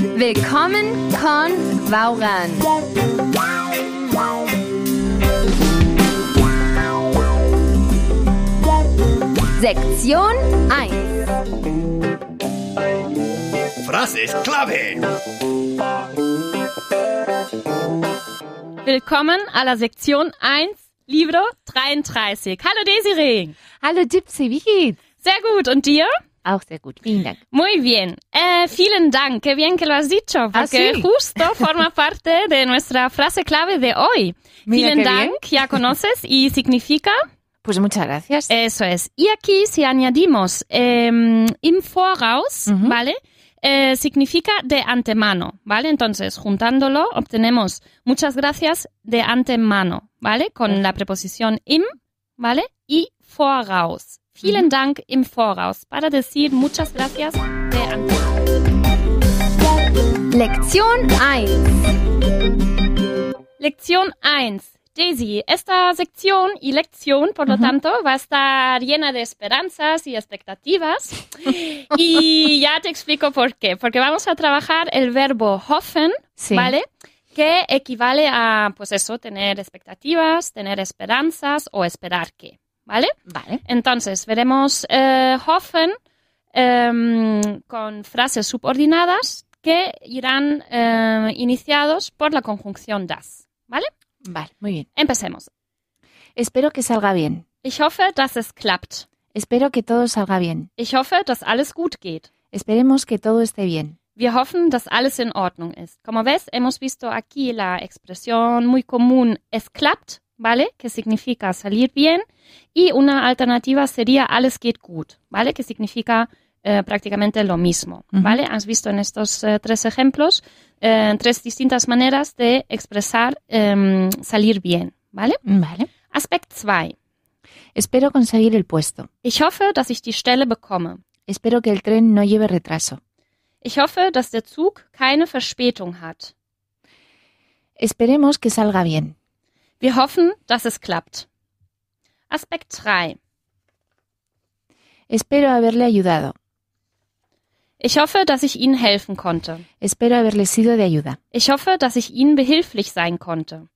Willkommen con Vauran. Sektion 1. Frases clave. Willkommen à la Sektion 1, Libro 33. Hallo Desiree. Hallo Gypsy, wie geht's? Sehr gut. Und dir? Auch sehr gut, vielen Dank. Muy bien. Eh, vielen Dank. Qué bien que lo has dicho, porque Ah, sí. justo forma parte de nuestra frase clave de hoy. Mira vielen qué bien. Dank, ya conoces y significa Pues muchas gracias. Eso es. Y aquí si añadimos em, im Voraus, Ujú. ¿vale? Eh, significa de antemano, ¿vale? Entonces, juntándolo, obtenemos muchas gracias de antemano, ¿vale? Con la preposición im, ¿vale? Y voraus. Vielen Dank im Voraus para decir muchas gracias de antemano. Lektion 1. Lección 1. Daisy, esta sección y lección, por lo tanto, va a estar llena de esperanzas y expectativas. y ya te explico por qué. Porque vamos a trabajar el verbo hoffen, Sí. ¿vale? Que equivale a, pues eso, tener expectativas, tener esperanzas o esperar que, ¿vale? Vale. Entonces, veremos eh, hoffen em, con frases subordinadas que irán eh, iniciados por la conjunción das. ¿Vale? Vale, muy bien. Empecemos. Espero que salga bien. Ich hoffe, dass es klappt. Espero que todo salga bien. Ich hoffe, dass alles gut geht. Esperemos que todo esté bien. Wir hoffen, dass alles in Ordnung ist. Como ves, hemos visto aquí la expresión muy común es klappt, ¿vale? Que significa salir bien. Y una alternativa sería alles geht gut, ¿vale? Que significa eh, prácticamente lo mismo, Ujú. ¿vale? Has visto en estos eh, tres ejemplos eh, tres distintas maneras de expresar em, salir bien, ¿vale? Vale. Aspekt 2. Espero conseguir el puesto. Ich hoffe, dass ich die Stelle bekomme. Espero que el tren no lleve retraso. Ich hoffe, dass der Zug keine Verspätung hat. Esperemos que salga bien. Wir hoffen, dass es klappt. Aspekt 3. Espero haberle ayudado. Ich hoffe, dass ich Ihnen helfen konnte. Espero haberle sido de ayuda. Ich hoffe, dass ich Ihnen behilflich sein konnte.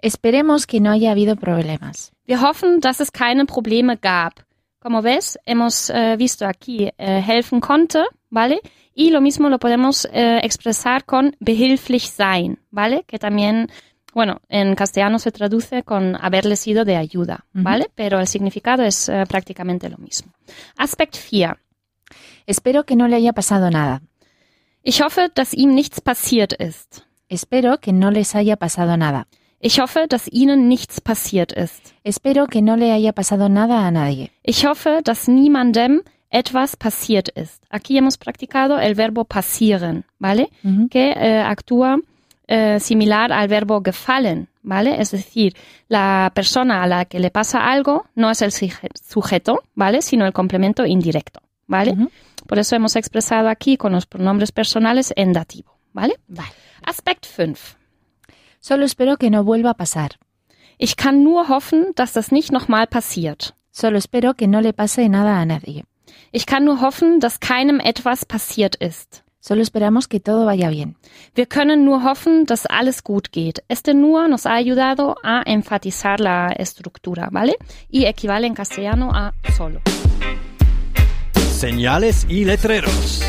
Esperemos que no haya habido problemas. Wir hoffen, dass es keine Probleme gab. Como ves, hemos eh, visto aquí eh, helfen konnte, ¿vale? Y lo mismo lo podemos eh, expresar con behilflich sein, ¿vale? Que también, bueno, en castellano se traduce con haberle sido de ayuda, Ujú. ¿vale? Pero el significado es eh, prácticamente lo mismo. Aspekt 4. Espero que no le haya pasado nada. Ich hoffe, dass ihm nichts passiert ist. Espero que no les haya pasado nada. Ich hoffe, dass Ihnen nichts passiert ist. Espero que no le haya pasado nada a nadie. Ich hoffe, dass niemandem etwas passiert ist. Aquí hemos practicado el verbo pasieren, ¿vale? Ujú. Que eh, actúa eh, similar al verbo gefallen, ¿vale? Es decir, la persona a la que le pasa algo no es el suje- sujeto, ¿vale? Sino el complemento indirecto, ¿vale? Ujú. Por eso hemos expresado aquí con los pronombres personales en dativo, ¿vale? Vale. Aspekt 5. Solo espero que no vuelva a pasar. Ich kann nur hoffen, dass das nicht nochmal passiert. Solo espero que no le pase nada a nadie. Ich kann nur hoffen, dass keinem etwas passiert ist. Solo esperamos que todo vaya bien. Wir können nur hoffen, dass alles gut geht. Este nur nos ha ayudado a enfatizar la estructura, ¿vale? Y equivale en castellano a solo. Señales y letreros.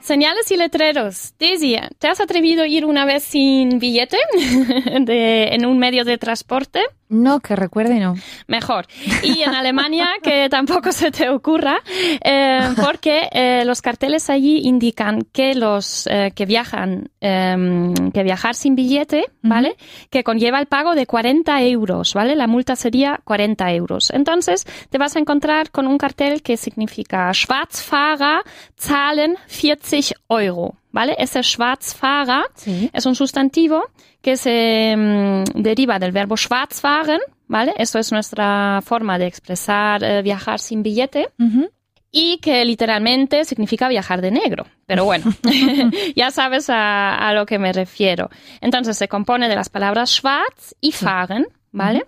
Señales y letreros. Daisy, ¿te has atrevido a ir una vez sin billete de- en un medio de transporte? No, que recuerde, no. mejor. Y en Alemania, que tampoco se te ocurra, eh, porque eh, los carteles allí indican que los eh, que viajan, eh, que viajar sin billete, ¿vale? Que conlleva el pago de 40 euros, ¿vale? La multa sería 40 euros. Entonces, te vas a encontrar con un cartel que significa Schwarzfahrer zahlen 40 euro, ¿vale? Ese Schwarzfahrer Sí. es un sustantivo que se mm, deriva del verbo schwarzfahren, ¿vale? Eso es nuestra forma de expresar eh, viajar sin billete Ujú. y que literalmente significa viajar de negro. Pero bueno, ya sabes a, a lo que me refiero. Entonces se compone de las palabras schwarz y fahren, ¿vale?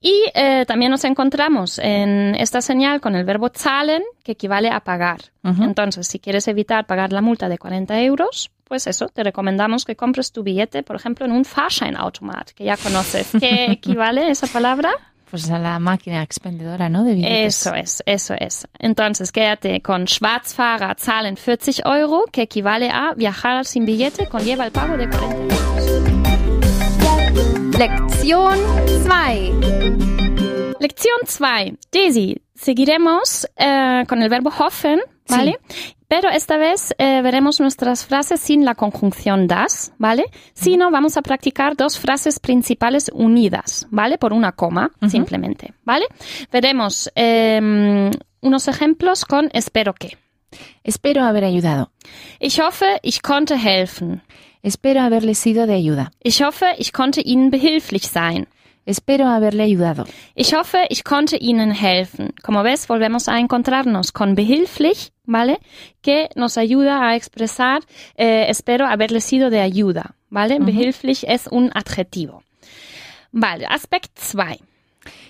Y eh, también nos encontramos en esta señal con el verbo zahlen, que equivale a pagar. Ujú. Entonces, si quieres evitar pagar la multa de 40 euros, pues eso, te recomendamos que compres tu billete, por ejemplo, en un Fahrscheinautomat, que ya conoces. ¿Qué equivale esa palabra? Pues a la máquina expendedora, ¿no? De billetes. Eso es, eso es. Entonces, quédate con Schwarzfahrer zahlen 40 euro, que equivale a viajar sin billete conlleva el pago de 40 euros. Lektion 2. Lección 2. Daisy, seguiremos eh, con el verbo hoffen, ¿vale? Pero esta vez eh, veremos nuestras frases sin la conjunción das, ¿vale? Sino vamos a practicar dos frases principales unidas, ¿vale? Por una coma, simplemente, ¿vale? Veremos eh, unos ejemplos con espero que. Espero haber ayudado. Ich hoffe, ich konnte helfen. Espero haberle sido de ayuda. Ich hoffe, ich konnte Ihnen behilflich sein. Espero haberle ayudado. Ich hoffe, ich konnte Ihnen helfen. Como ves, volvemos a encontrarnos con behilflich, ¿vale? Que nos ayuda a expresar, eh, espero haberle sido de ayuda, ¿vale? Behilflich es un adjetivo. Vale, Aspekt 2.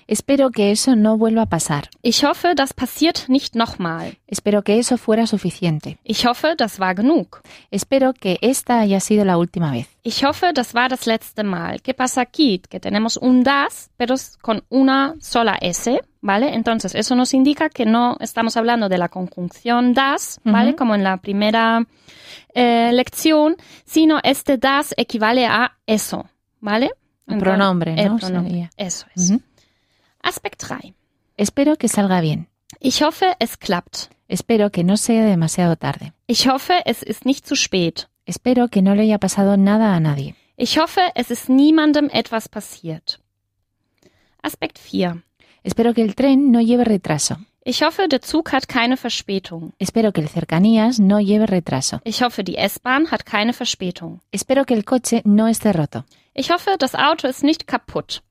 Espero que eso no vuelva a pasar. Ich hoffe, das passiert nicht nochmal. Espero que eso fuera suficiente. Ich hoffe, das war genug. Espero que esta haya sido la última vez. Ich hoffe, das war das letzte Mal. ¿Qué pasa aquí? Que tenemos un das, pero es con una sola S, ¿vale? Entonces, eso nos indica que no estamos hablando de la conjunción das, ¿vale? Ujú. Como en la primera eh, lección, sino este das equivale a eso, ¿vale? El pronombre, el ¿no? pronombre. Sería. Eso es. Ujú. Aspekt 3. Espero que salga bien. Ich hoffe, es klappt. Espero que no sea demasiado tarde. Ich hoffe, es ist nicht zu spät. Espero que no le haya pasado nada a nadie. Ich hoffe, es ist niemandem etwas passiert. Aspekt 4. Espero que el tren no lleve retraso. Ich hoffe, der Zug hat keine Verspätung. Espero que el cercanías no lleve retraso. Ich hoffe, die S-Bahn hat keine Verspätung. Espero que el coche no esté roto. Ich hoffe, das Auto ist nicht kaputt.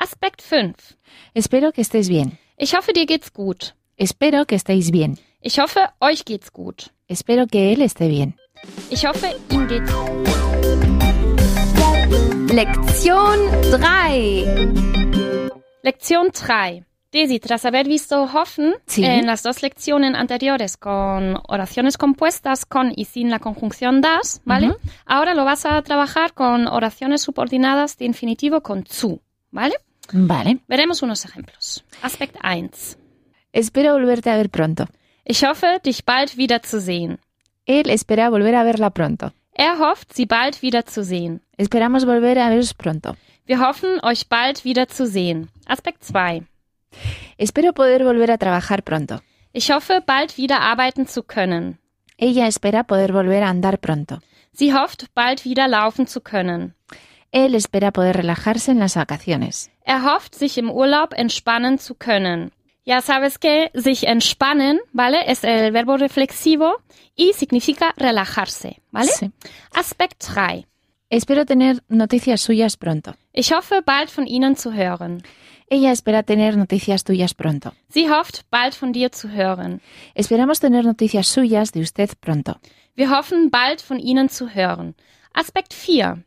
Aspekt 5. Espero que estés bien. Ich hoffe, dir geht's gut. Espero que estéis bien. Ich hoffe, euch geht's gut. Espero que él esté bien. Ich hoffe, ihm geht's gut. Lektion 3. Lección 3. Daisy, tras haber visto Hoffen eh, Sí. en las dos lecciones anteriores con oraciones compuestas con y sin la conjunción das, ¿vale? Ujú. Ahora lo vas a trabajar con oraciones subordinadas de infinitivo con zu, ¿vale? Vale. Veremos unos ejemplos. Aspekt 1. Espero volverte a ver pronto. Ich hoffe, dich bald wiederzusehen. Él espera volver a verla pronto. Er hofft, sie bald wiederzusehen. Esperamos volver a veros pronto. Wir hoffen, euch bald wiederzusehen. Aspekt 2. Espero poder volver a trabajar pronto. Ich hoffe, bald wieder arbeiten zu können. Ella espera poder volver a andar pronto. Sie hofft, bald wieder laufen zu können. Él espera poder relajarse en las vacaciones. Er hofft, sich im Urlaub entspannen zu können. Ya sabes que sich entspannen, ¿vale? Es el verbo reflexivo y significa relajarse, ¿vale? Sí. Aspekt 3. Espero tener noticias suyas pronto. Ich hoffe, bald von Ihnen zu hören. Ella espera tener noticias tuyas pronto. Sie hofft, bald von dir zu hören. Esperamos tener noticias suyas de usted pronto. Wir hoffen, bald von Ihnen zu hören. Aspekt 4.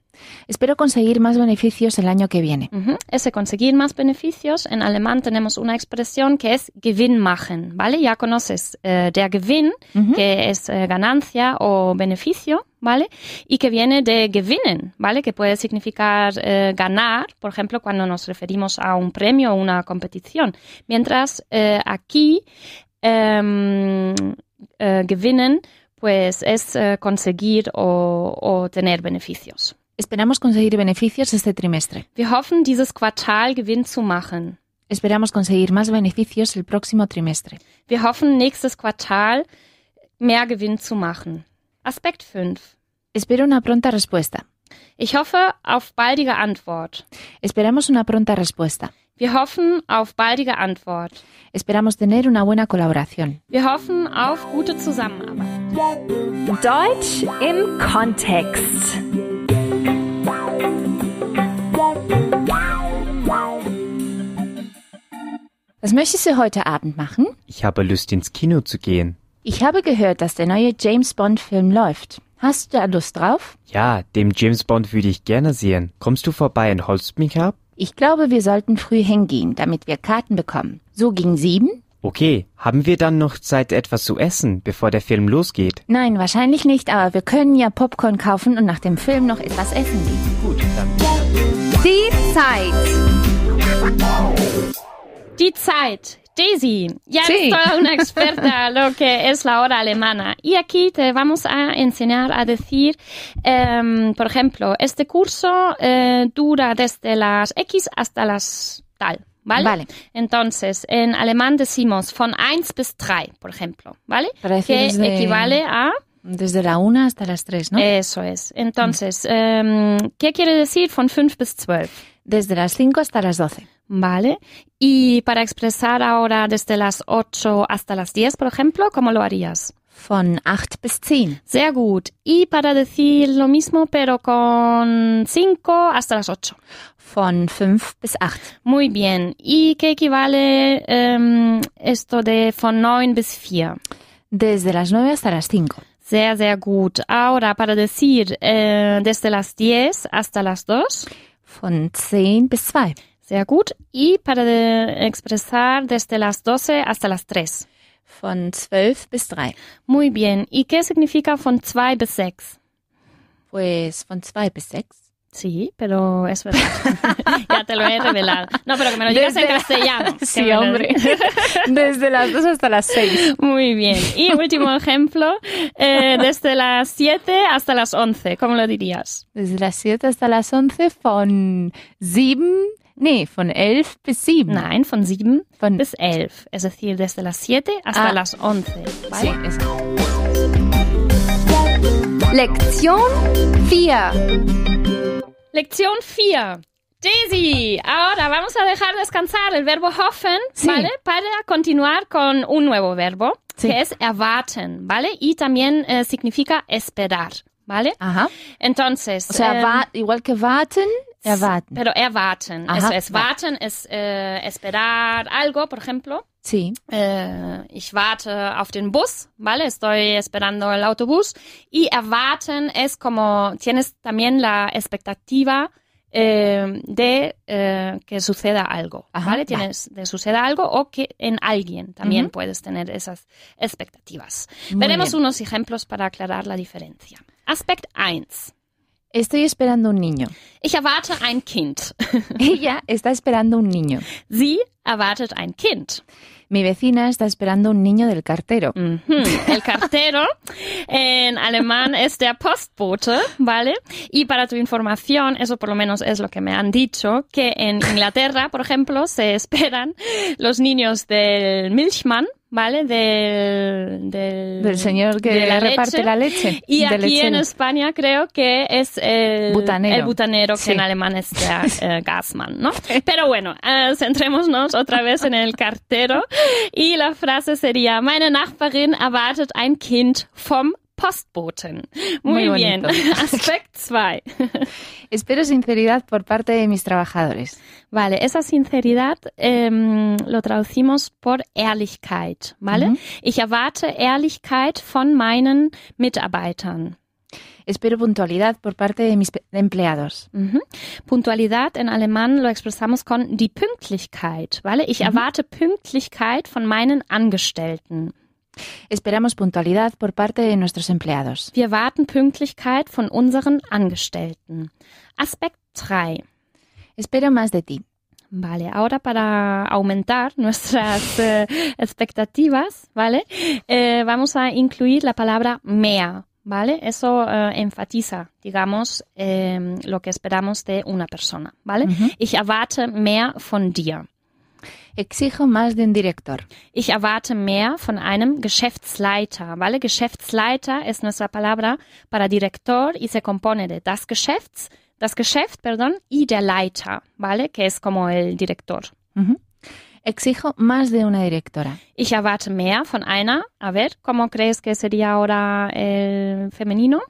Espero conseguir más beneficios el año que viene. Mhm. Ese conseguir más beneficios. En alemán tenemos una expresión que es Gewinn machen, ¿vale? Ya conoces eh, der Gewinn, Ujú. que es eh, ganancia o beneficio, ¿vale? Y que viene de gewinnen, ¿vale? Que puede significar eh, ganar, por ejemplo, cuando nos referimos a un premio o una competición. Mientras eh, aquí em, eh, gewinnen, pues es eh, conseguir o, o tener beneficios. Esperamos conseguir beneficios este trimestre. Wir hoffen, dieses Quartal Gewinn zu machen. Esperamos conseguir más beneficios el próximo trimestre. Wir hoffen, nächstes Quartal mehr Gewinn zu machen. Aspekt 5. Espero una pronta respuesta. Ich hoffe auf baldige Antwort. Esperamos una pronta respuesta. Wir hoffen auf baldige Antwort. Esperamos tener una buena colaboración. Wir hoffen auf gute Zusammenarbeit. Deutsch im Kontext. Was möchtest du heute Abend machen? Ich habe Lust ins Kino zu gehen. Ich habe gehört, dass der neue James Bond-Film läuft. Hast du da Lust drauf? Ja, dem James Bond würde ich gerne sehen. Kommst du vorbei und holst mich ab? Ich glaube, wir sollten früh hingehen, damit wir Karten bekommen. So gegen sieben? Okay, haben wir dann noch Zeit, etwas zu essen, bevor der Film losgeht? Nein, wahrscheinlich nicht, aber wir können ja Popcorn kaufen und nach dem Film noch etwas essen gehen. Die Zeit. Die Zeit. Daisy, ya Sí. eres toda una experta lo que es la hora alemana. Y aquí te vamos a enseñar a decir, em, por ejemplo, este curso eh, dura desde las X hasta las tal, ¿vale? Vale. Entonces, en alemán decimos von 1 bis 3, por ejemplo, ¿vale? Para que deciros de- equivale a... Desde la una hasta las tres, ¿no? Eso es. Entonces, em, ¿qué quiere decir von 5 bis 12? Desde las cinco hasta las doce. Vale. Y para expresar ahora desde las 8 hasta las 10, por ejemplo, ¿cómo lo harías? Von acht bis zehn. Sehr gut. Y para decir lo mismo, pero con 5 hasta las 8. Von fünf bis acht. Muy bien. ¿Y qué equivale em, esto de von 9 bis 4? Desde las nueve hasta las cinco. Sehr, sehr gut. Ahora, para decir eh, desde las 10 hasta las 2. Von zehn bis zwei. Sehr gut. Y para de- expresar desde las 12 hasta las 3. Von zwölf bis drei. Muy bien. ¿Y qué significa von 2 bis 6? Pues von zwei bis sechs. Sí, pero es verdad. ya te lo he revelado. No, pero que me lo digas en Desde- castellano. Que Sí, me lo- hombre. Desde las dos hasta las seis. Muy bien. Y último ejemplo, eh, desde las 7 hasta las 11. ¿Cómo lo dirías? Desde las siete hasta las once. Von sieben. Nee, von elf bis sieben. Nein, von 7 Von- bis 11. Es decir, desde las 7 hasta Ah. las 11. Sí, ¿vale? eso. Lektion 4. Lección 4. Daisy, ahora vamos a dejar descansar el verbo hoffen, Sí. ¿vale? Para continuar con un nuevo verbo, Sí. que es erwarten, ¿vale? Y también eh, significa esperar, ¿vale? Ajá. Entonces, O sea, eh, wa- igual que warten, erwarten. pero erwarten, Ajá, eso es, vale. warten es eh, esperar algo, por ejemplo. Sí. Äh, ich warte auf den Bus, ¿vale? Estoy esperando el autobús. Y erwarten es como tienes también la expectativa eh, de eh, que suceda algo, Ajá, ¿vale? va. Tienes de suceda algo o que en alguien también Ujú. puedes tener esas expectativas. Muy Veremos bien. unos ejemplos para aclarar la diferencia. Aspekt 1. Estoy esperando un niño. Ich erwarte ein Kind. Ella está esperando un niño. Sie erwartet ein Kind. Mi vecina está esperando un niño del cartero. Mhm. El cartero en alemán es der Postbote, ¿vale? Y para tu información, eso por lo menos es lo que me han dicho, que en Inglaterra, por ejemplo, se esperan los niños del Milchmann, ¿vale? Del, del, Del señor que Mm, de la reparte leche. la leche. Y del aquí en lechero. España creo que es el Butanero. el butanero que Sí. en alemán es der eh, Gasman, ¿no? Pero bueno, eh, centrémonos otra vez en el cartero. Y la frase sería, meine Nachbarin erwartet ein Kind vom Postboten. Muy, Muy bien. bonito. Aspekt 2. Espero sinceridad por parte de mis trabajadores. Vale, esa sinceridad em, lo traducimos por Ehrlichkeit, ¿vale? Mhm. Ich erwarte Ehrlichkeit von meinen Mitarbeitern. Espero puntualidad por parte de mis pe- empleados. Mhm. Puntualidad in Alemán lo expresamos con die Pünktlichkeit, ¿vale? Ich erwarte Pünktlichkeit von meinen Angestellten. Esperamos puntualidad por parte de nuestros empleados. Wir warten Pünktlichkeit von unseren Angestellten. Aspekt 3. Espero más de ti. Vale, ahora para aumentar nuestras eh, expectativas, ¿vale? Eh, vamos a incluir la palabra mehr, ¿vale? Eso eh, enfatiza, digamos, em, lo que esperamos de una persona, ¿vale? Ujú. Ich erwarte mehr von dir. Exijo más de un director. Ich erwarte mehr von einem Geschäftsleiter, ¿vale? Geschäftsleiter es nuestra palabra para director y se compone de das Geschäfts, das Geschäft, perdón, y der Leiter, ¿vale? Que es como el director. Ujú. Exijo más de una directora. Ich erwarte mehr von einer, a ver, ¿cómo crees que sería ahora el femenino?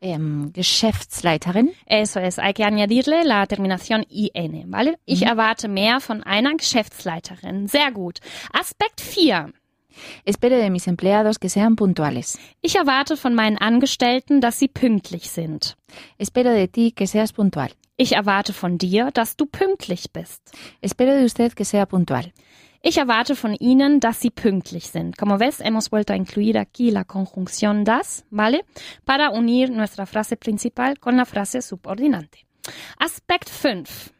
Em, Geschäftsleiterin. Eso es, hay que añadirle la terminación IN, ¿vale? Ich erwarte mehr von einer Geschäftsleiterin. Sehr gut. Aspekt 4. Espero de mis empleados que sean puntuales. Ich erwarte von meinen Angestellten, dass sie pünktlich sind. Espero de ti que seas puntual. Ich erwarte von dir, dass du pünktlich bist. Espero de usted que sea puntual. Ich erwarte von Ihnen, dass Sie pünktlich sind. Como ves, hemos vuelto a incluir aquí la conjunción das, ¿vale? Para unir nuestra frase principal con la frase subordinante. Aspekt 5.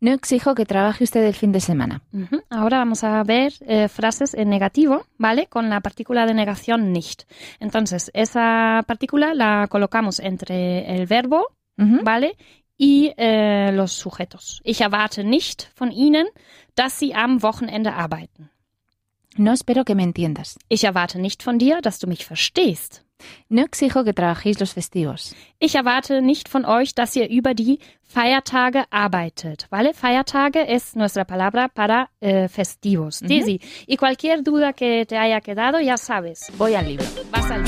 No exijo que trabaje usted el fin de semana. Ujú. Ahora vamos a ver eh, frases en negativo, ¿vale? Con la partícula de negación nicht. Entonces, esa partícula la colocamos entre el verbo, Ujú. ¿vale? Y eh, los sujetos. Ich erwarte nicht von Ihnen, dass Sie am Wochenende arbeiten. No espero que me entiendas. Ich erwarte nicht von dir, dass du mich verstehst. No exijo que trabajéis los festivos. Ich erwarte nicht von euch, dass ihr über die Feiertage arbeitet. Vale? Feiertage es nuestra palabra para eh, festivos. Daisy, y cualquier duda que te haya quedado, ya sabes. Voy al libro. Vas al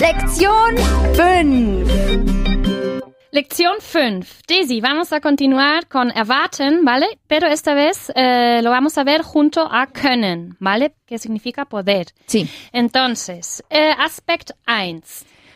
Lektion 5. Lección 5. Daisy, vamos a continuar con erwarten, ¿vale? Pero esta vez eh, lo vamos a ver junto a können, ¿vale? Que significa poder. Sí. Entonces, eh, Aspekt 1.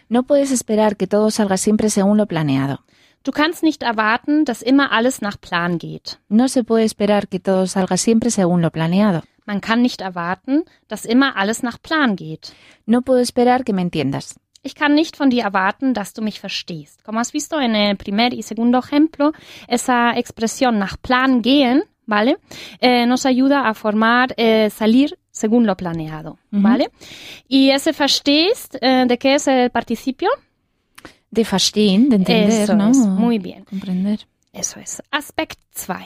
No puedes esperar que todo salga siempre según lo planeado. Du kannst nicht erwarten, dass immer alles nach Plan geht. No se puede esperar que todo salga siempre según lo planeado. Man kann nicht erwarten, dass immer alles nach Plan geht. No puedo esperar que me entiendas. Ich kann nicht von dir erwarten, dass du mich verstehst. Como has visto en el primer y segundo ejemplo, esa expresión nach Plan gehen, ¿vale? Eh, nos ayuda a formar eh, salir según lo planeado, Ujú. ¿vale? Y ese verstehst, eh, ¿de qué es el participio? De verstehen, de entender, Eso ¿no? es, muy bien. Comprender. Eso es. Aspekt 2.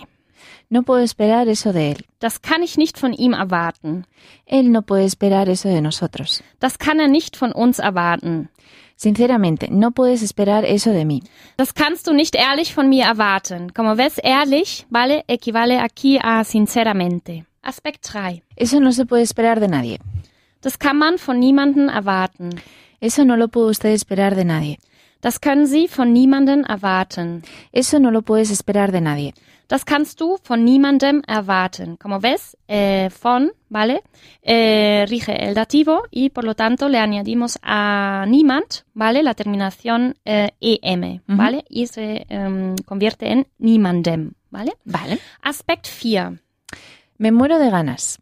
No puedo esperar eso de él. Das kann ich nicht von ihm erwarten. Él no puede esperar eso de nosotros. Das kann er nicht von uns erwarten. Sinceramente, no puedes esperar eso de mí. Das kannst du nicht ehrlich von mir erwarten. Como ves, ehrlich, vale, equivale aquí a sinceramente. Aspekt 3. Eso no se puede esperar de nadie. Das kann man von niemanden erwarten. Eso no lo puede usted esperar de nadie. Das können sie von niemanden erwarten. Eso no lo puedes esperar de nadie. Das kannst du von niemandem erwarten. Como ves, eh, von, vale, eh, rige el dativo y por lo tanto le añadimos a niemand, vale, la terminación eh, em, Ujú. vale, y se em, convierte en niemandem, vale. Vale. Aspekt 4. Me muero de ganas.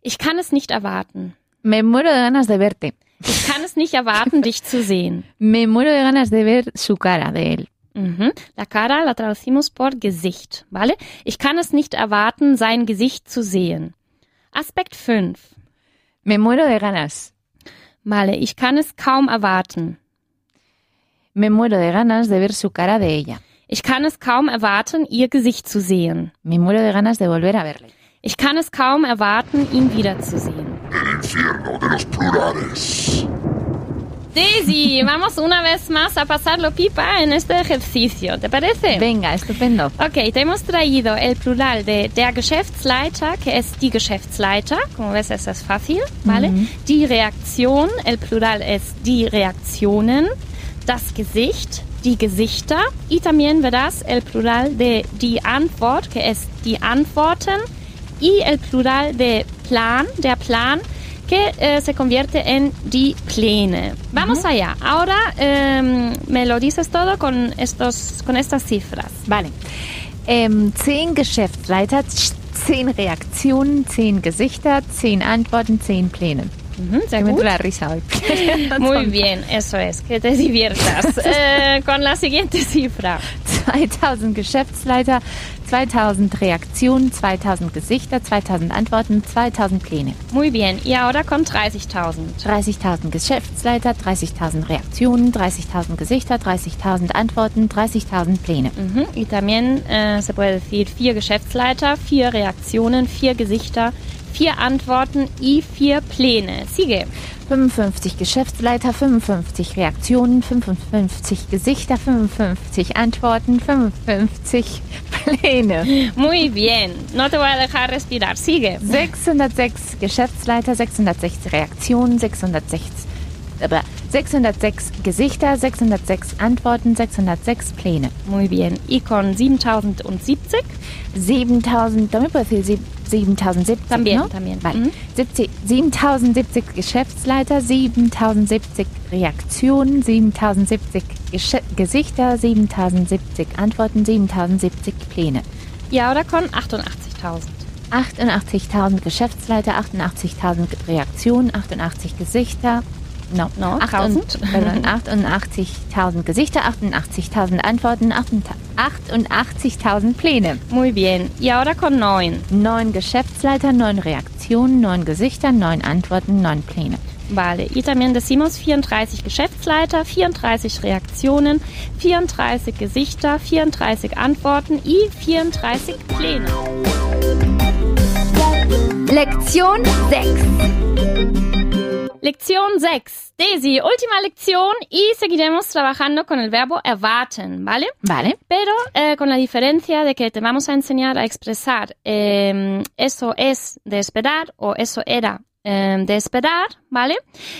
Ich kann es nicht erwarten. Me muero de ganas de verte. Ich kann es nicht erwarten, dich zu sehen. Me muero de ganas de ver su cara de él. Mhm. La cara la traducimos por Gesicht, ¿vale? Ich kann es nicht erwarten, sein Gesicht zu sehen. Aspekt 5. Me muero de ganas. Vale, ich kann es kaum erwarten. Me muero de ganas de ver su cara de ella. Ich kann es kaum erwarten, ihr Gesicht zu sehen. Me muero de ganas de volver a verle. Ich kann es kaum erwarten, ihn wiederzusehen. Daisy, vamos una vez más a pasarlo pipa en este ejercicio. ¿Te parece? Venga, estupendo. Ok, te hemos traído el plural de der Geschäftsleiter, que es die Geschäftsleiter, como ves es es fácil, ¿vale? Die Reaktion, el plural es die Reaktionen, das Gesicht, die Gesichter, y también verás el plural de die Antwort, que es die Antworten, y el plural de plan, der Plan, que eh, se convierte en die Pläne. Vamos allá. Ahora em, me lo dices todo con, estos, con estas cifras. Vale. Ähm, zehn Geschäftsleiter, zehn Reaktionen, zehn Gesichter, zehn Antworten, zehn Pläne. Ujú, Que sehr me gut. entró la risa hoy. Muy bien, eso es, que te diviertas. Eh, con la siguiente cifra. 2000 Geschäftsleiter, 2000 Reaktionen, 2000 Gesichter, 2000 Antworten, 2000 Pläne. Muy bien, y ahora con 30.000. 30.000 Geschäftsleiter, 30.000 Reaktionen, 30.000 Gesichter, 30.000 Antworten, 30.000 Pläne. Ujú, Y también eh, se puede decir vier Geschäftsleiter, vier Reaktionen, vier Gesichter, vier Antworten y vier Pläne. Sigue. 55 Geschäftsleiter, 55 Reaktionen, 55 Gesichter, 55 Antworten, 55 Pläne. Muy bien, no te voy a dejar respirar. Sigue. 606 Geschäftsleiter, 606 Reaktionen, 606 aber 606 Gesichter, 606 Antworten, 606 Pläne. Muy bien. Y con 7070. 7000, damit war viel sieb- 7070. También, ne? también. Vale. Mhm. 70 7070 Geschäftsleiter, 7070 Reaktionen, 7070 Gesche Gesichter, 7070 Antworten, 7070 Pläne. Y ahora con 88.000. 88.000 Geschäftsleiter, 88.000 Reaktionen, 88 Gesichter. No, No, achtund- 1000. pardon, 88.000 Gesichter, 88.000 Antworten, 88.000 Pläne. Muy bien. Y ahora con 9. Neun Geschäftsleiter, neun Reaktionen, neun Gesichter, neun Antworten, neun Pläne. Vale. Y también decimos 34 Geschäftsleiter, 34 Reaktionen, 34 Gesichter, 34 Antworten y 34 Pläne. Lektion 6. Lección 6. Daisy, última lección y seguiremos trabajando con el verbo erwarten, ¿vale? Vale? Pero eh, con la diferencia de que te vamos a enseñar a expresar eh, eso es de esperar o eso era eh, de esperar, ¿vale?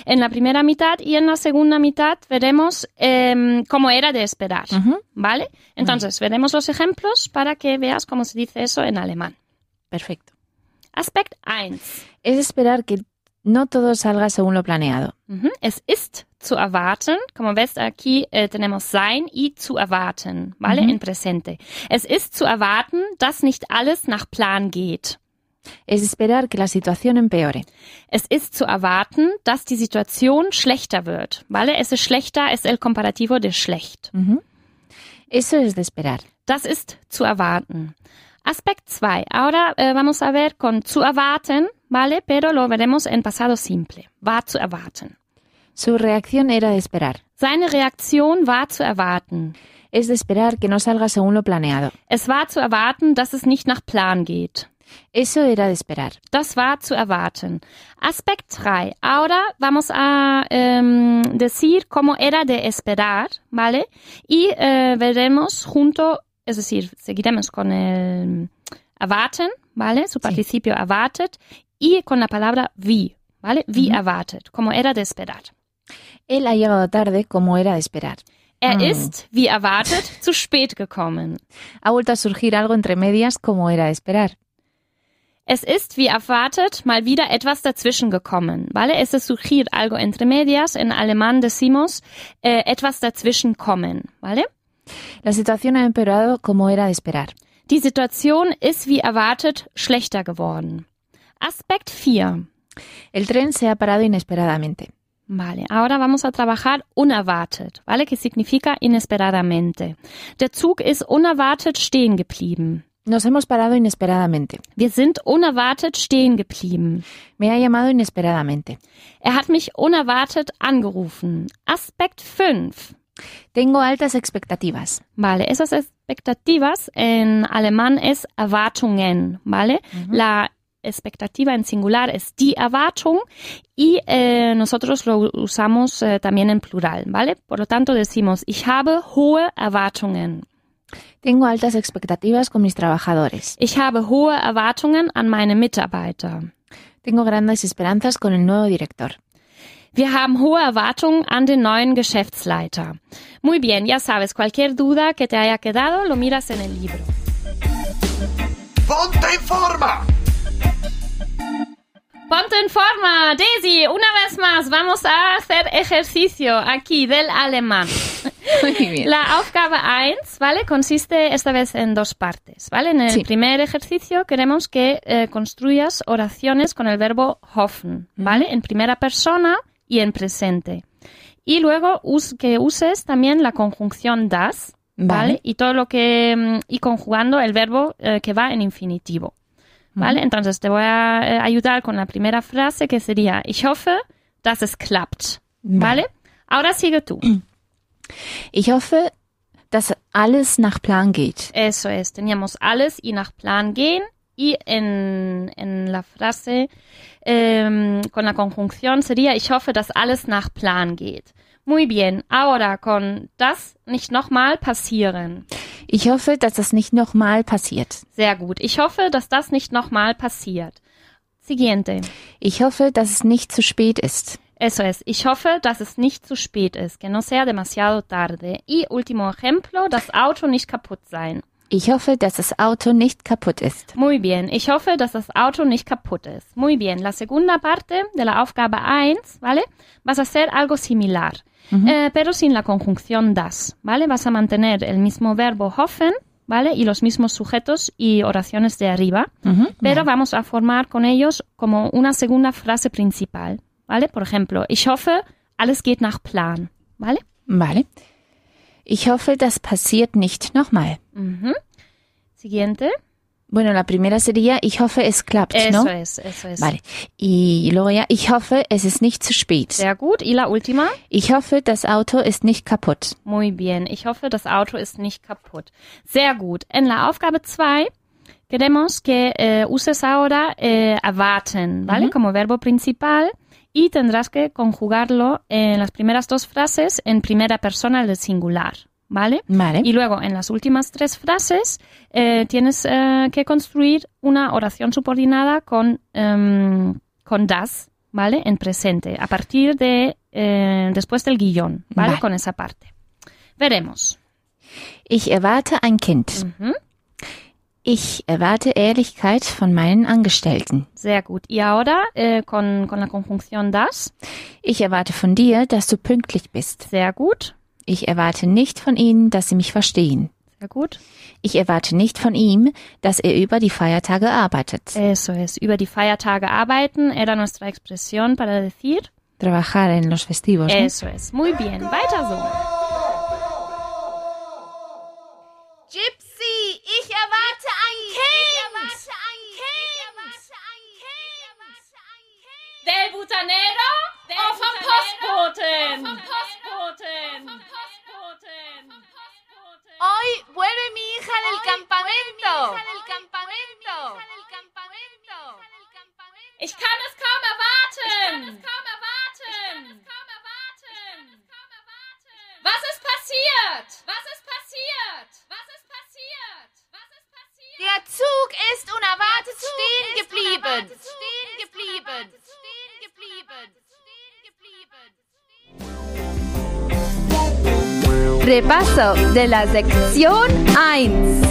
En la primera mitad y en la segunda mitad veremos eh, cómo era de esperar, Ujú. ¿vale? Entonces veremos los ejemplos para que veas cómo se dice eso en alemán. Perfecto. Aspekt 1. Es esperar que no todo salga según lo planeado. Ujú. Es ist zu erwarten. Como ves, aquí eh, tenemos sein y zu erwarten, ¿vale? Mhm. En presente. Es ist zu erwarten, dass nicht alles nach Plan geht. Es esperar que la situación empeore. Es ist zu erwarten, dass die Situation schlechter wird, ¿vale? Es ist schlechter, es el comparativo de schlecht. Ujú. Eso es de esperar. Das ist zu erwarten. Aspekt 2. Ahora eh, vamos a ver con zu erwarten, ¿vale? Pero lo veremos en pasado simple. War zu erwarten. Su reacción era de esperar. Seine Reaktion war zu erwarten. Es de esperar que no salga según lo planeado. Es war zu erwarten, dass es nicht nach Plan geht. Eso era de esperar. Das war zu erwarten. Aspekt 3. Ahora vamos a em, decir cómo era de esperar, ¿vale? Y eh, veremos junto, es decir, seguiremos con el erwarten, ¿vale? Su participio erwartet y con la palabra wie, ¿vale? Wie Mhm. erwartet, cómo era de esperar. Él ha llegado tarde como era de esperar. Er Mhm. ist, wie erwartet, zu spät gekommen. Ha vuelto a surgir algo entre medias como era de esperar. Es ist, wie erwartet, mal wieder etwas dazwischen gekommen. Vale, es ist surgir algo entre medias. En alemán decimos äh, etwas dazwischen kommen. Vale? La situación ha empeorado como era de esperar. Die Situation ist, wie erwartet, schlechter geworden. Aspekt 4. El tren se ha parado inesperadamente. Vale, ahora vamos a trabajar unerwartet. Vale, que significa inesperadamente. Der Zug ist unerwartet stehen geblieben. Nos hemos parado inesperadamente. Wir sind unerwartet stehen geblieben. Me ha llamado inesperadamente. Er hat mich unerwartet angerufen. Aspekt 5. Tengo altas expectativas. Vale, esas expectativas en alemán es Erwartungen, ¿vale? La expectativa en singular es die Erwartung y eh, nosotros lo usamos eh, también en plural, ¿vale? Por lo tanto decimos, ich habe hohe Erwartungen. Tengo altas expectativas con mis trabajadores. Ich habe hohe Erwartungen an meine Mitarbeiter. Tengo grandes esperanzas con el nuevo director. Wir haben hohe Erwartungen an den neuen Geschäftsleiter. Muy bien, ya sabes, cualquier duda que te haya quedado, lo miras en el libro. ¡Ponte en forma! Ponte en forma, Daisy. Una vez más, vamos a hacer ejercicio aquí del alemán. Muy bien. La Aufgabe 1, ¿vale? Consiste esta vez en dos partes, ¿vale? En el Sí. primer ejercicio queremos que eh, construyas oraciones con el verbo hoffen, ¿vale? En primera persona y en presente. Y luego us- que uses también la conjunción das, ¿vale? Y todo lo que. mm, y conjugando el verbo eh, que va en infinitivo. ¿Vale? Entonces te voy a eh, ayudar con la primera frase que sería: Ich hoffe, dass es klappt. ¿Vale? Mm. Ahora sigue tú. Ich hoffe, dass alles nach Plan geht. Eso es. Teníamos alles y nach Plan gehen. Y en, en la frase em, con la conjunción sería: Ich hoffe, dass alles nach Plan geht. Muy bien. Ahora con das nicht nochmal passieren. Ich hoffe, dass das nicht nochmal passiert. Sehr gut. Ich hoffe, dass das nicht nochmal passiert. Siguiente. Ich hoffe, dass es nicht zu spät ist. Eso es. Ich hoffe, dass es nicht zu spät ist, que no sea demasiado tarde. Y último ejemplo, das Auto nicht kaputt sein. Ich hoffe, dass das Auto nicht kaputt ist. Muy bien. Ich hoffe, dass das Auto nicht kaputt ist. Muy bien. La segunda parte de la Aufgabe 1, ¿vale? Vas a hacer algo similar, eh, pero sin la conjunción das, ¿vale? Vas a mantener el mismo verbo hoffen, ¿vale? Y los mismos sujetos y oraciones de arriba, pero vamos a formar con ellos como una segunda frase principal, ¿vale? Por ejemplo, ich hoffe, alles geht nach Plan, ¿vale? Vale. Ich hoffe, das passiert nicht nochmal. Ujú. Siguiente. Bueno, la primera sería, ich hoffe, es klappt, Eso Pues ¿no? es, eso es. Vale. Y luego ya, ich hoffe, es ist nicht zu spät. Sehr gut. Y la última. Ich hoffe, das Auto ist nicht kaputt. Muy bien. Ich hoffe, das Auto ist nicht kaputt. Sehr gut. En la Aufgabe 2 queremos que eh, uses ahora eh, erwarten, ¿vale? Como verbo principal y tendrás que conjugarlo en las primeras dos frases en primera persona del singular, ¿vale? Vale. Y luego en las últimas tres frases eh, tienes eh, que construir una oración subordinada con, em, con das, ¿vale? En presente, a partir de eh, después del guión, ¿vale? Vale. Con esa parte. Veremos. Ich erwarte ein Kind. Ujú. Ich erwarte Ehrlichkeit von meinen Angestellten. Sehr gut. Y ahora eh, con, con la conjunción das. Ich erwarte von dir, dass du pünktlich bist. Sehr gut. Ich erwarte nicht von ihnen, dass sie mich verstehen. Sehr gut. Ich erwarte nicht von ihm, dass er über die Feiertage arbeitet. Eso es. Über die Feiertage arbeiten era nuestra expresión para decir. Trabajar en los festivos. ne? Eso es. Muy bien. Weiter so. Gypsy, ich erwarte ein Kind. Ich erwarte ein Kind. Ich erwarte ein Kind. Ich erwarte ein Kind. Del Butanero o vom Oh, Postboten? Vom Postboten. Vom Postboten. Hoy vuelve mi hija del campamento. Del campamento. Del campamento. Del campamento. Ich kann es kaum erwarten. Ich kann es kaum erwarten. Ich kann es kaum erwarten. Was ist passiert? Was ist passiert? Was ist passiert? Was ist passiert? Der Zug ist unerwartet stehen geblieben. Stehen geblieben. Stehen geblieben. Stehen geblieben. Repaso de la sección 1.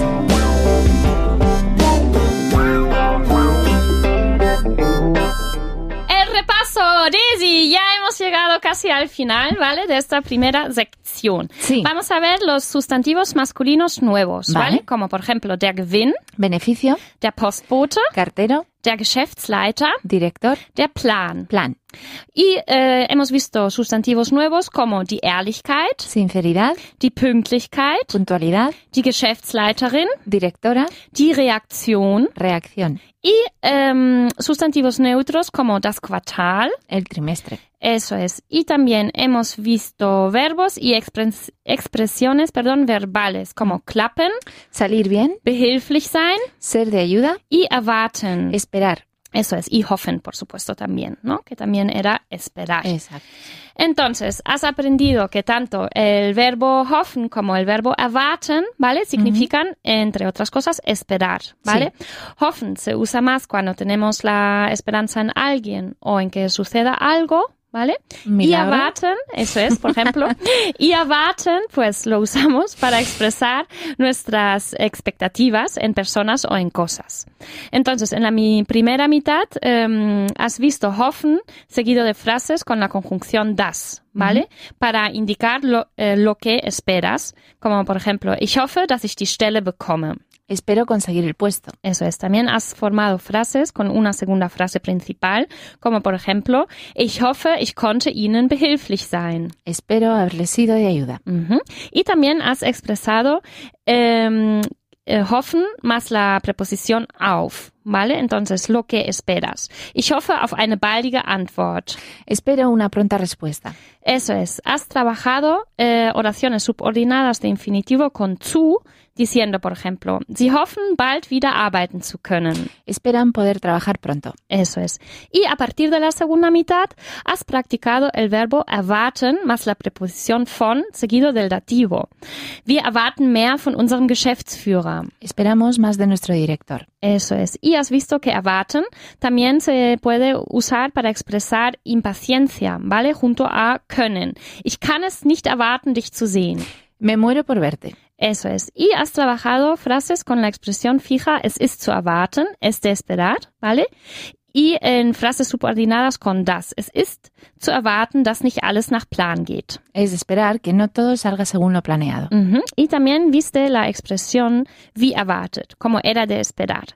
El repaso, Daisy, ya hemos llegado casi al final, ¿vale? De esta primera sección. Sí. Vamos a ver los sustantivos masculinos nuevos, ¿vale? Vale. Como por ejemplo der Gewinn, Beneficio, der Postbote, cartero, der Geschäftsleiter, director, der Plan. plan. Y eh, hemos visto sustantivos nuevos como die Ehrlichkeit, Sinceridad, die Pünktlichkeit, puntualidad, die Geschäftsleiterin, directora, die Reaktion reacción. y em, sustantivos neutros como das Quartal, El trimestre. Eso es. Y también hemos visto verbos y expres- expresiones, perdón, verbales como klappen, Salir bien, behilflich sein ser de ayuda, y Mm. erwarten. esperar. Eso es. Y hoffen, por supuesto, también, ¿no? Que también era esperar. Exacto. Entonces, has aprendido que tanto el verbo hoffen como el verbo erwarten, ¿vale? Significan, entre otras cosas, esperar, ¿vale? Hoffen se usa más cuando tenemos la esperanza en alguien o en que suceda algo, ¿vale? Milagro. Y erwarten, eso es, por ejemplo. y erwarten, pues lo usamos para expresar nuestras expectativas en personas o en cosas. Entonces, en la mi primera mitad em, has visto hoffen seguido de frases con la conjunción das, ¿vale? Para indicar lo, eh, lo que esperas, como por ejemplo, ich hoffe, dass ich die Stelle bekomme. Espero conseguir el puesto. Eso es, también has formado frases con una segunda frase principal, como por ejemplo, ich hoffe, ich konnte Ihnen behilflich sein. Espero haberle sido de ayuda. Ujú. Y también has expresado em, eh, hoffen más la preposición auf, ¿vale? Entonces, lo que esperas. Ich hoffe auf eine baldige Antwort. Espero una pronta respuesta. Eso es, has trabajado eh, oraciones subordinadas de infinitivo con zu, diciendo, por ejemplo, Sie hoffen, bald wieder arbeiten zu können. Esperan poder trabajar pronto. Eso es. Y a partir de la segunda mitad has practicado el verbo erwarten más la preposición von seguido del dativo. Wir erwarten mehr von unserem Geschäftsführer. Esperamos más de nuestro director. Eso es. Y has visto que erwarten también se puede usar para expresar impaciencia, ¿vale? Junto a können. Ich kann es nicht erwarten, dich zu sehen. Me muero por verte. Eso es. Y has trabajado frases con la expresión fija, es ist zu erwarten, es de esperar, ¿vale? Y en frases subordinadas con das. Es ist zu erwarten, dass nicht alles nach Plan geht. Es esperar que no todo salga según lo planeado. Ujú. Y también viste la expresión wie erwartet, como era de esperar.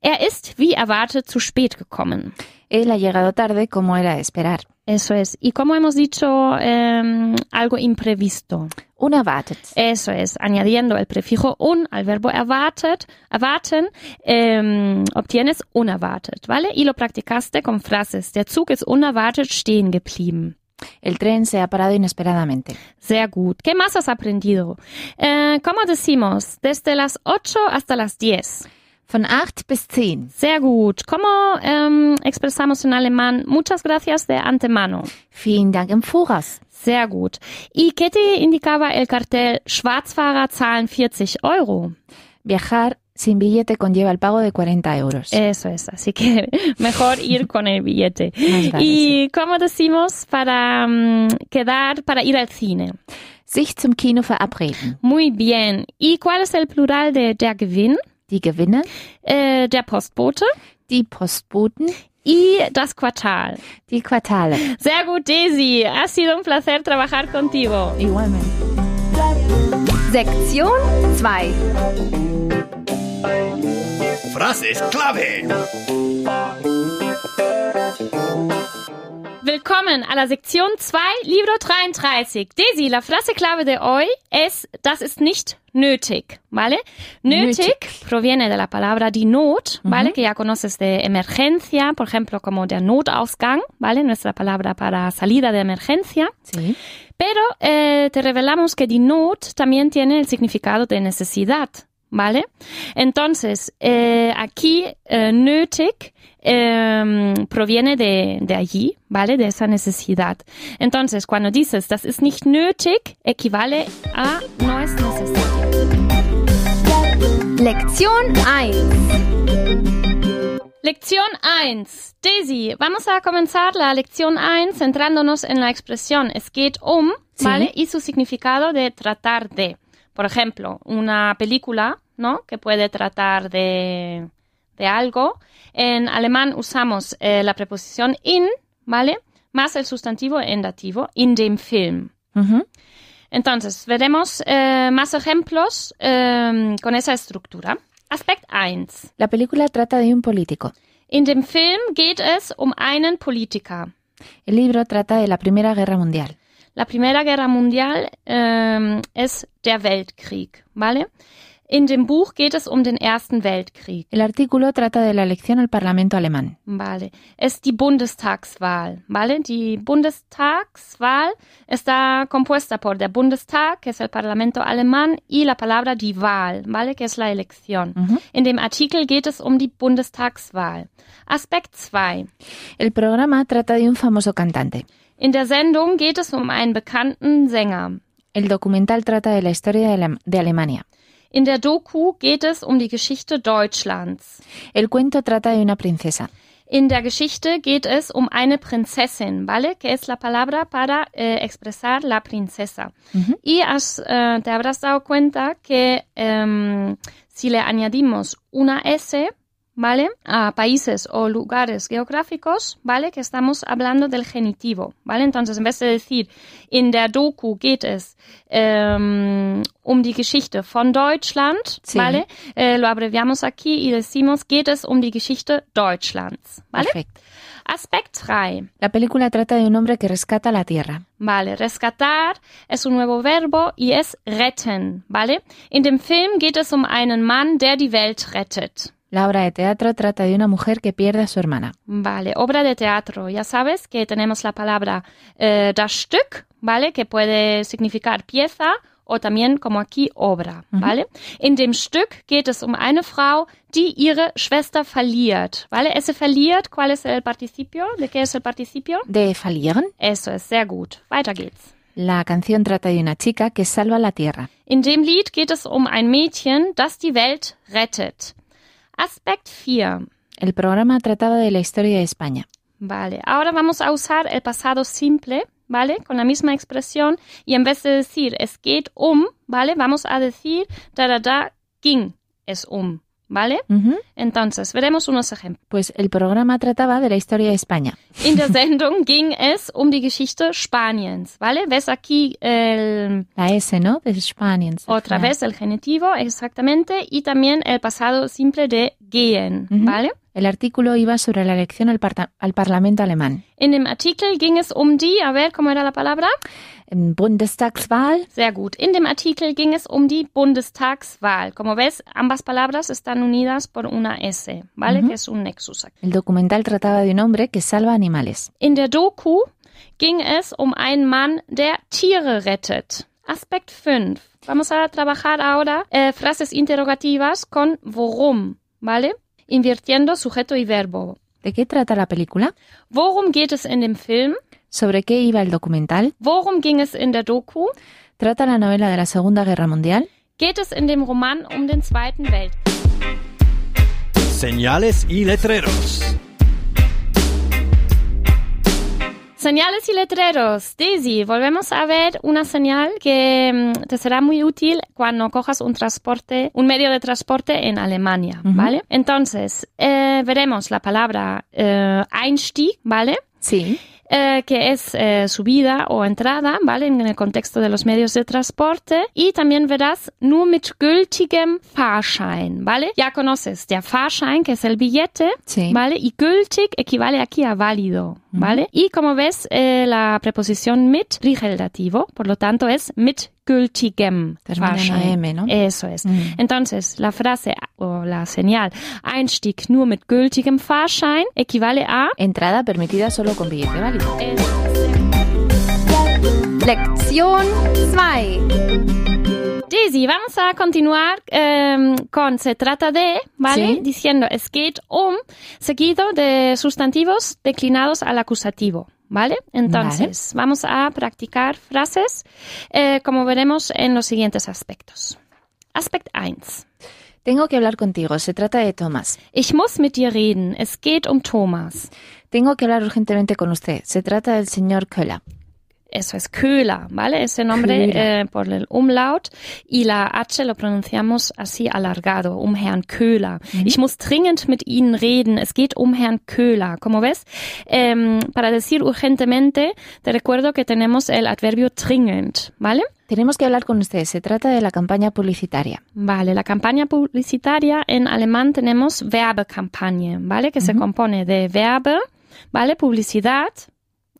Er ist wie erwartet zu spät gekommen. Él ha llegado tarde como era de esperar. Eso es. Y como hemos dicho, em, algo imprevisto. Unerwartet. Eso es, añadiendo el prefijo un al verbo erwartet, erwarten, em, obtienes unerwartet, ¿vale? Y lo practicaste con frases. Der Zug ist unerwartet stehen geblieben. El tren se ha parado inesperadamente. Sehr gut. ¿Qué más has aprendido? Eh, ¿Cómo decimos? Desde las 8 hasta las 10. Von 8 bis 10. Sehr gut. ¿Cómo em, expresamos en alemán muchas gracias de antemano? Vielen Dank im Voraus. Sehr gut. ¿Y qué te indicaba el cartel Schwarzfahrer zahlen 40 Euro? Viajar sin billete conlleva el pago de 40 euros. Eso es, así que mejor ir con el billete. Más vale, ¿Y cómo decimos para mm, quedar, para ir al cine? Sich zum Kino verabreden. Muy bien. ¿Y cuál es el plural de der Gewinn? Die Gewinne, Eh, der Postbote die Postboten, y das Quartal. die Quartale. Sehr gut, Daisy. Ha sido un placer trabajar contigo. Igualmente. Sektion 2. Frases clave. Willkommen a la Sektion 2, Libro 33. Daisy, la frase clave de hoy es, das ist nicht nötig, ¿vale? Nötig, Nötig. proviene de la palabra die Not, ¿vale? Que ya conoces de emergencia, por ejemplo, como der Notausgang, ¿vale? Nuestra palabra para salida de emergencia. Sí. Pero eh, te revelamos que die Not también tiene el significado de necesidad, ¿vale? Entonces, eh, aquí eh, nötig eh, proviene de, de allí, ¿vale? De esa necesidad. Entonces, cuando dices, das ist nicht nötig, equivale a no es necesario. Lektion 1. Lección 1. Daisy, vamos a comenzar la lección 1 centrándonos en la expresión es geht um, Sí. ¿vale? Y su significado de tratar de. Por ejemplo, una película, ¿no? Que puede tratar de, de algo. En alemán usamos eh, la preposición in, ¿vale? Más el sustantivo en dativo, in dem Film. Mhm. Entonces, veremos eh, más ejemplos eh, con esa estructura. Aspekt 1. La película trata de un político. In dem Film geht es um einen Politiker. El libro trata de la Primera Guerra Mundial. La Primera Guerra Mundial ähm, ist der Weltkrieg, ¿vale? In dem Buch geht es um den Ersten Weltkrieg, El artículo trata de la elección al Parlamento alemán. ¿vale? Es die Bundestagswahl, ¿vale? Die Bundestagswahl está compuesta por der Bundestag, que es el Parlamento alemán, y la palabra die Wahl, ¿vale? Que es la elección. Mhm. In dem Artikel geht es um die Bundestagswahl. Aspekt 2. El programa trata de un famoso cantante. In der Sendung geht es um einen bekannten Sänger. El documental trata de la historia de, la- de Alemania. In der Doku geht es um die Geschichte Deutschlands. El cuento trata de una princesa. In der Geschichte geht es um eine Prinzessin, ¿vale? Que es la palabra para eh, expresar la princesa. Ujú. Y has, eh, te habrás dado cuenta que em, si le añadimos una S, ¿vale? A países o lugares geográficos, ¿vale? Que estamos hablando del genitivo, ¿vale? Entonces, en vez de decir, in der Doku geht es em, um die Geschichte von Deutschland, Sí. ¿vale? Eh, lo abreviamos aquí y decimos, geht es um die Geschichte Deutschlands, ¿vale? Perfecto. Aspekt 3. La película trata de un hombre que rescata la tierra. Vale, rescatar es un nuevo verbo y es retten, ¿vale? In dem Film geht es um einen Mann, der die Welt rettet. La obra de teatro trata de una mujer que pierde a su hermana. Vale, obra de teatro. Ya sabes que tenemos la palabra eh, das Stück, ¿vale? Que puede significar pieza o también como aquí obra, ¿vale? In dem Stück geht es um eine Frau, die ihre Schwester verliert, ¿vale? Ese verliert, ¿cuál es el participio? ¿De qué es el participio? De verlieren. Eso es, sehr gut. Weiter geht's. La canción trata de una chica que salva la tierra. In dem Lied geht es um ein Mädchen, das die Welt rettet. Aspekt 4. El programa trataba de la historia de España. Vale, ahora vamos a usar el pasado simple, ¿vale? Con la misma expresión y en vez de decir es geht um, ¿vale? Vamos a decir da da da ging es um, ¿vale? Ujú. Entonces, veremos unos ejemplos. Pues el programa trataba de la historia de España. In der Sendung ging es um die Geschichte Spaniens, ¿vale? Ves aquí el, La S, ¿no? De España. otra vez el genitivo, exactamente, y también el pasado simple de gehen, Ujú. ¿vale? El artículo iba sobre la elección al, parta- al Parlamento alemán. In dem Artikel ging es um die, a ver, ¿cómo era la palabra? En Bundestagswahl. Sehr gut. In dem Artikel ging es um die Bundestagswahl. Como ves, ambas palabras están unidas por una S, ¿vale? Mhm. Que es un Nexus. El documental trataba de un hombre que salva animales. In der Doku ging es um einen Mann, der Tiere rettet. Aspekt 5. Vamos a trabajar ahora eh, frases interrogativas con worum, ¿vale? Invirtiendo sujeto y verbo. ¿De qué trata la película? Worum geht es in dem Film? ¿Sobre qué iba el documental? Worum ging es in der Doku? ¿Trata la novela de la Segunda Guerra Mundial? Geht es in dem Roman um den Zweiten Weltkrieg? Señales y letreros. Señales y letreros. Daisy, volvemos a ver una señal que mm, te será muy útil cuando cojas un transporte, un medio de transporte en Alemania, Ujú. ¿vale? Entonces, eh, veremos la palabra eh, Einstieg, ¿vale? Sí. Eh, que es eh, subida o entrada, ¿vale? En el contexto de los medios de transporte. Y también verás nur mit gültigem Fahrschein, ¿vale? Ya conoces der Fahrschein, que es el billete, Sí. ¿Vale? Y gültig equivale aquí a válido, ¿vale? Y como ves, eh, la preposición mit rige el dativo, por lo tanto es mit gültigem. Termina en Fahrschein. AM, ¿no? Eso es. Mm. Entonces, la frase o la señal Einstieg nur mit gültigem Fahrschein equivale a... Entrada permitida solo con billete válido. Lektion 2. Daisy, vamos a continuar eh, con se trata de, ¿vale? Sí. Diciendo es geht um, seguido de sustantivos declinados al acusativo, ¿vale? Entonces, vamos a practicar frases eh, como veremos en los siguientes aspectos. Aspekt 1. Tengo que hablar contigo. Se trata de Tomás. Ich muss mit dir reden. Es geht um Thomas. Tengo que hablar urgentemente con usted. Se trata del señor Köhler. Eso es Köhler, ¿vale? Ese nombre Köhler. eh, por el umlaut y la H lo pronunciamos así alargado, um Herrn Köhler. Ich muss dringend mit Ihnen reden. Es geht um Herrn Köhler. Como ves, em, para decir urgentemente, te recuerdo que tenemos el adverbio dringend, ¿vale? Tenemos que hablar con usted. Se trata de la campaña publicitaria. Vale, la campaña publicitaria en alemán tenemos Werbekampagne, ¿vale? Que se compone de Werbe, ¿vale? Publicidad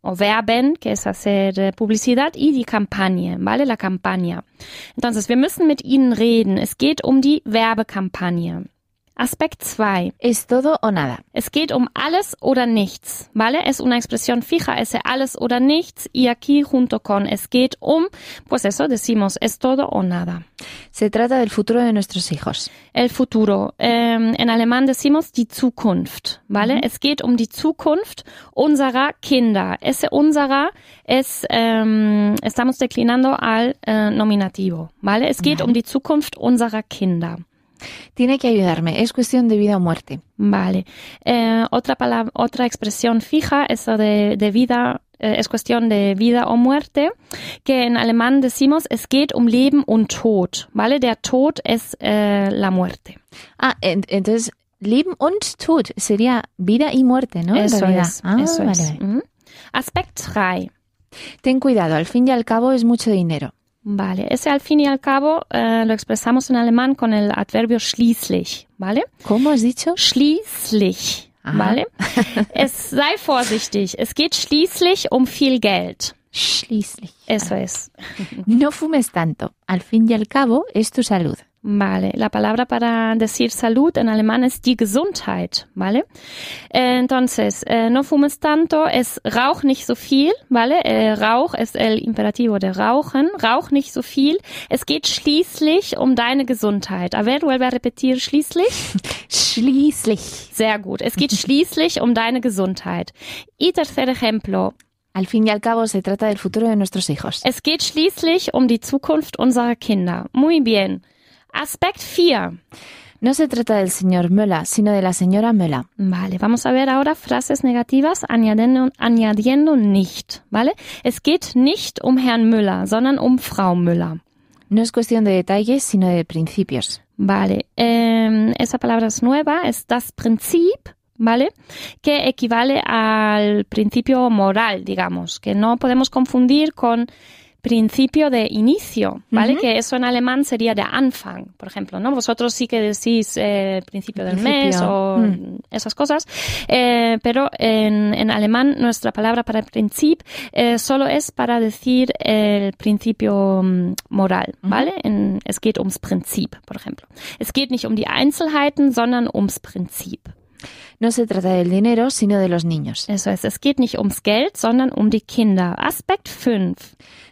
o Werben, que es hacer eh, Publicidad, y die Kampagne, ¿vale? La campaña. Entonces, wir müssen mit Ihnen reden. Es geht um die Werbekampagne. Aspekt 2. Es todo o nada. Es geht um alles oder nichts, ¿vale? Es una expresión fija, es alles oder nichts, y aquí junto con es geht um, pues eso decimos, es todo o nada. Se trata del futuro de nuestros hijos. El futuro. Ähm, in Alemán decimos die Zukunft, ¿vale? Es geht um die Zukunft unserer Kinder. Ese unserer es, ähm, estamos declinando al äh, nominativo, ¿vale? Es geht um die Zukunft unserer Kinder. Tiene que ayudarme. Es cuestión de vida o muerte. Vale. Eh, otra palabra, otra expresión fija, eso de, de vida, eh, es cuestión de vida o muerte, que en alemán decimos, es geht um Leben und Tod, ¿vale? Der Tod es eh, la muerte. Ah, en- entonces, Leben und Tod sería vida y muerte, ¿no? En Eso realidad. es, Ah, eso vale, es. vale. Mhm. Aspekt 3. Ten cuidado. Al fin y al cabo es mucho dinero. Vale, ese al fin y al cabo eh, lo expresamos en alemán con el adverbio schließlich, ¿vale? ¿Cómo has dicho? Schließlich, Aha. ¿vale? es sei vorsichtig, es geht schließlich um viel Geld. Schließlich. Eso es. No fumes tanto. Al fin y al cabo es tu salud. Vale, la palabra para decir salud en alemán es die Gesundheit, ¿vale? Eh, Entonces, eh, no fumes tanto, es rauch nicht so viel, ¿vale? Eh, rauch es el imperativo de rauchen, rauch nicht so viel. Es geht schließlich um deine Gesundheit. A ver, vuelve a repetir, schließlich. Schließlich. Sehr gut. Es geht schließlich um deine Gesundheit. Y tercer ejemplo. Al fin y al cabo se trata del futuro de nuestros hijos. Es geht schließlich um die Zukunft unserer Kinder. Muy bien. Aspekt 4. No se trata del señor Möller, sino de la señora Möller. Vale, vamos a ver ahora frases negativas añadiendo, añadiendo nicht, ¿vale? Es geht nicht um Herrn Müller, sondern um Frau Müller. No es cuestión de detalles, sino de principios. Vale, em, esa palabra es nueva, es das Prinzip, ¿vale? Que equivale al principio moral, digamos, que no podemos confundir con principio de inicio, ¿vale? Que eso en alemán sería de Anfang, por ejemplo, ¿no? Vosotros sí que decís eh, principio del mes Principio. o Mm. esas cosas, eh, pero en, en alemán nuestra palabra para Prinzip eh, solo es para decir el principio mm, moral, ¿vale? En, es geht ums Prinzip, por ejemplo. Es geht nicht um die Einzelheiten, sondern ums Prinzip. No se trata del dinero, sino de los niños. Eso es, es geht nicht ums Geld, sondern um die Kinder. Aspekt 5.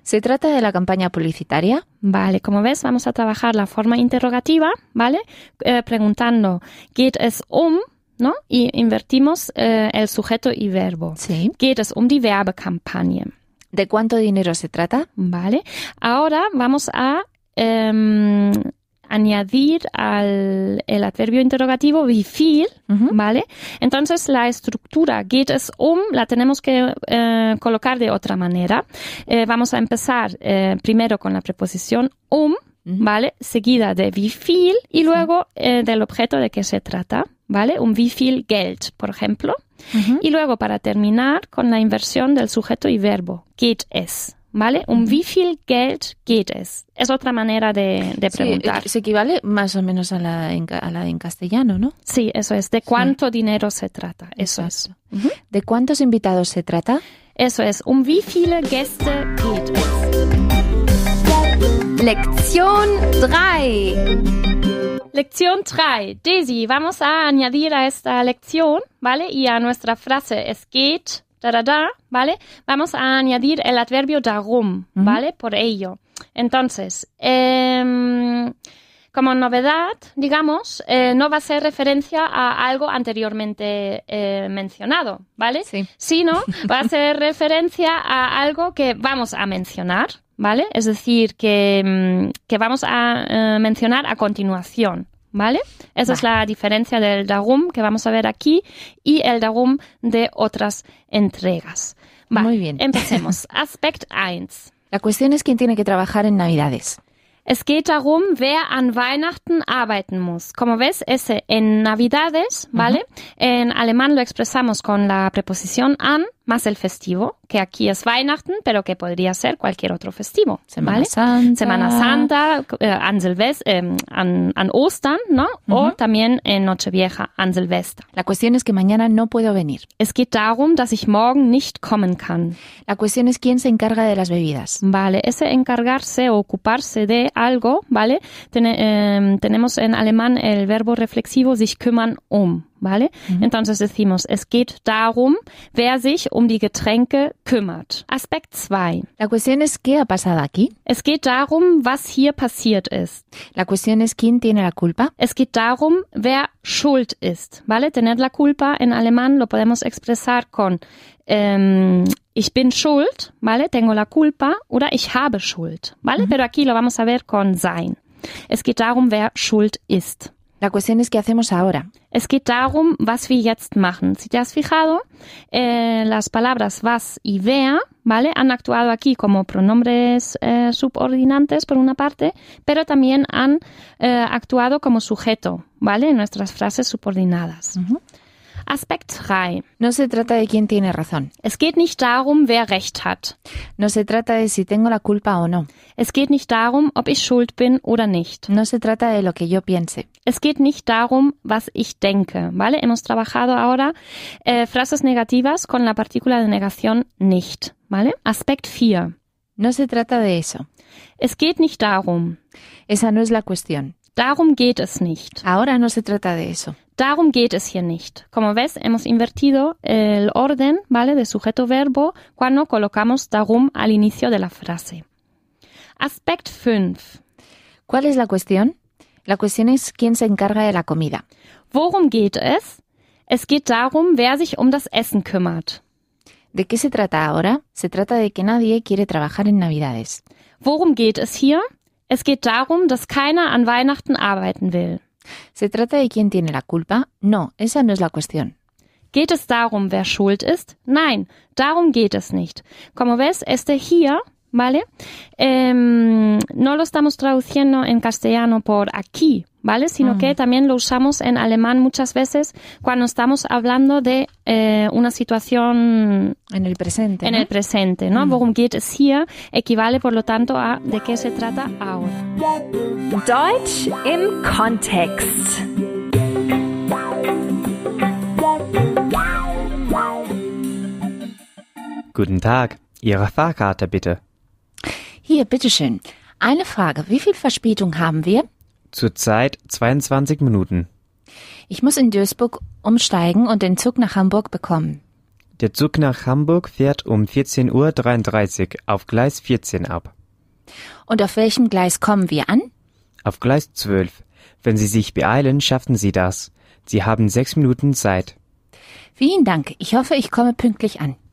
Se trata de la campaña publicitaria. Vale, como ves, vamos a trabajar la forma interrogativa, ¿vale? Eh, preguntando, ¿geht es um? ¿No? Y invertimos eh, el sujeto y verbo. Sí. Geht es um die Werbekampagne. ¿De cuánto dinero se trata? Vale. Ahora vamos a em, añadir al el adverbio interrogativo wie viel, Ujú. ¿vale? Entonces la estructura geht es um la tenemos que eh, colocar de otra manera. Eh, vamos a empezar eh, primero con la preposición um, ¿vale? Seguida de wie viel y luego eh, del objeto de que se trata, ¿vale? Un wie viel Geld, por ejemplo. Ujú. Y luego para terminar con la inversión del sujeto y verbo, geht es. ¿Vale? ¿Um wie viel Geld geht es? Es otra manera de, de Sí, preguntar. eh, Sí, se equivale más o menos a la, en, ca- a la en castellano, ¿no? eso es. ¿De cuánto dinero se trata? Eso Exacto. es. Ujú. ¿De cuántos invitados se trata? Eso es. ¿Um wie viele Gäste geht es? Lektion 3. Lección 3. Daisy, vamos a añadir a esta lección, ¿vale? Y a nuestra frase es geht, da, da, da, ¿vale? Vamos a añadir el adverbio darum, ¿vale? Por ello. Entonces, em, como novedad, digamos, eh, no va a ser referencia a algo anteriormente eh, mencionado, ¿vale? Sí. Sino va a ser referencia a algo que vamos a mencionar, ¿vale? Es decir, que, mm, que vamos a eh, mencionar a continuación, ¿vale? Esa es la diferencia del darum que vamos a ver aquí y el darum de otras entregas. Va, Muy bien. Empecemos. Aspekt 1. La cuestión es quién tiene que trabajar en Navidades. Es geht darum, wer an Weihnachten arbeiten muss. Como ves, ese en Navidades, ¿vale? En alemán lo expresamos con la preposición an más el festivo, que aquí es Weihnachten, pero que podría ser cualquier otro festivo, Semana ¿vale? Santa. Semana Santa, eh, an, Silves eh, an, an Ostern, ¿no? O también en Nochevieja, an Silvester. La cuestión es que mañana no puedo venir. Es geht darum, dass ich morgen nicht kommen kann. La cuestión es quién se encarga de las bebidas. Vale, ese encargarse o ocuparse de algo, ¿vale? Tene- em, tenemos en alemán el verbo reflexivo sich kümmern um, ¿vale? Entonces decimos, es geht darum, wer sich um die Getränke kümmert. Aspekt 2. La cuestión es qué ha pasado aquí. Es geht darum, was hier passiert ist. La cuestión es quién tiene la culpa. Es geht darum, wer schuld ist, ¿vale? Tener la culpa en alemán lo podemos expresar con em, ich bin schuld, ¿vale? Tengo la culpa oder ich habe Schuld, ¿vale? Pero aquí lo vamos a ver con sein. Es geht darum, wer schuld ist. La cuestión es qué hacemos ahora. Es geht darum, was wir jetzt machen. Si te has fijado, eh, las palabras was y wer, ¿vale? Han actuado aquí como pronombres eh, subordinantes por una parte, pero también han eh, actuado como sujeto, ¿vale? En nuestras frases subordinadas. Aspekt 3. No se trata de quién tiene razón. Es geht nicht darum, wer Recht hat. No se trata de si tengo la culpa o no. Es geht nicht darum, ob ich schuld bin oder nicht. No se trata de lo que yo piense. Es geht nicht darum, was ich denke, ¿vale? Hemos trabajado ahora eh, frases negativas con la partícula de negación nicht, ¿vale? Aspekt 4. No se trata de eso. Es geht nicht darum. Esa no es la cuestión. Darum geht es nicht. Ahora no se trata de eso. Darum geht es hier nicht. Como ves, hemos invertido el orden, ¿vale? De sujeto-verbo cuando colocamos darum al inicio de la frase. Aspekt 5. ¿Cuál es la cuestión? La cuestión es quién se encarga de la comida. Worum geht es? Es geht darum, wer sich um das Essen kümmert. ¿De qué se trata ahora? Se trata de que nadie quiere trabajar en Navidades. Worum geht es hier? Es geht darum, dass keiner an Weihnachten arbeiten will. ¿Se trata de quién tiene la culpa? No, esa no es la cuestión. Geht es darum, wer schuld ist? Nein, darum geht es nicht. Como ves, este hier, ¿vale? Em, no lo estamos traduciendo en castellano por aquí, ¿vale? Sino que también lo usamos en alemán muchas veces cuando estamos hablando de eh, una situación En el presente. en ¿no? el presente, ¿no? Worum geht es hier? Equivale, por lo tanto, a de qué se trata ahora. Deutsch im Kontext. Guten Tag. Ihre Fahrkarte bitte. Hier, bitteschön. Eine Frage. Wie viel Verspätung haben wir? Zurzeit 22 Minuten. Ich muss in Duisburg umsteigen und den Zug nach Hamburg bekommen. Der Zug nach Hamburg fährt um 14.33 Uhr auf Gleis 14 ab. Und auf welchem Gleis kommen wir an? Auf Gleis 12. Wenn Sie sich beeilen, schaffen Sie das. Sie haben sechs Minuten Zeit. Vielen Dank. Ich hoffe, ich komme pünktlich an.